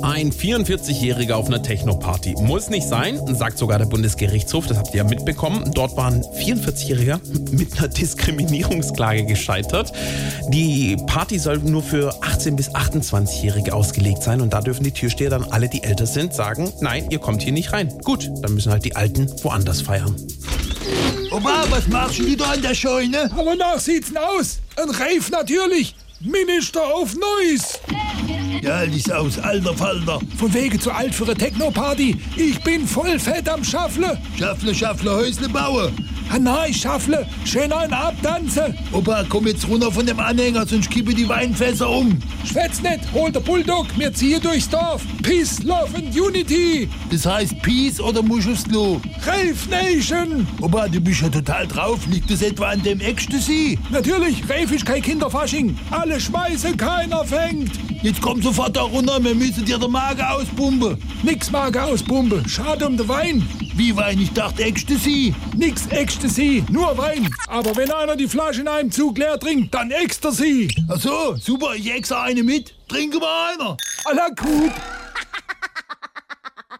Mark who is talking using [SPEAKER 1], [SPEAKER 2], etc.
[SPEAKER 1] Ein 44-Jähriger auf einer Techno-Party. Muss nicht sein, sagt sogar der Bundesgerichtshof, das habt ihr ja mitbekommen. Dort war ein 44-Jähriger mit einer Diskriminierungsklage gescheitert. Die Party soll nur für 18- bis 28-Jährige ausgelegt sein und da dürfen die Türsteher dann alle, die älter sind, sagen, nein, ihr kommt hier nicht rein. Gut, dann müssen halt die Alten woanders feiern.
[SPEAKER 2] Opa, was machst du da in der Scheune?
[SPEAKER 3] Aber nach sieht's denn aus. Ein Reif natürlich. Minister auf Neuss.
[SPEAKER 2] Ja, das ist aus, alter Falter.
[SPEAKER 3] Von wegen zu alt für eine Techno-Party. Ich bin voll fett am Schaffle.
[SPEAKER 2] Schaffle, Schaffle, Häusle bauen.
[SPEAKER 3] Ah nein, ich schaffle. Schön einen abtanzen.
[SPEAKER 2] Opa, komm jetzt runter von dem Anhänger, sonst kippe die Weinfässer um.
[SPEAKER 3] Schwätz nicht, hol der Bulldog. Wir ziehen durchs Dorf. Peace, Love and Unity.
[SPEAKER 2] Das heißt Peace oder Muschelsloh?
[SPEAKER 3] Rave Nation.
[SPEAKER 2] Opa, du bist ja total drauf. Liegt das etwa an dem Ecstasy?
[SPEAKER 3] Natürlich, Rave ist kein Kinderfasching. Alle schmeißen, keiner fängt.
[SPEAKER 2] Jetzt komm sofort da runter, wir müssen dir den Magen auspumpen.
[SPEAKER 3] Nix Mager aus Bumbe. Schade um den Wein.
[SPEAKER 2] Wie Wein? Ich dachte Ecstasy.
[SPEAKER 3] Nix Ecstasy, nur Wein. Aber wenn einer die Flasche in einem Zug leer trinkt, dann Ecstasy.
[SPEAKER 2] Ach so, super, ich exe eine mit. Trinke mal einer.
[SPEAKER 3] Aller gut.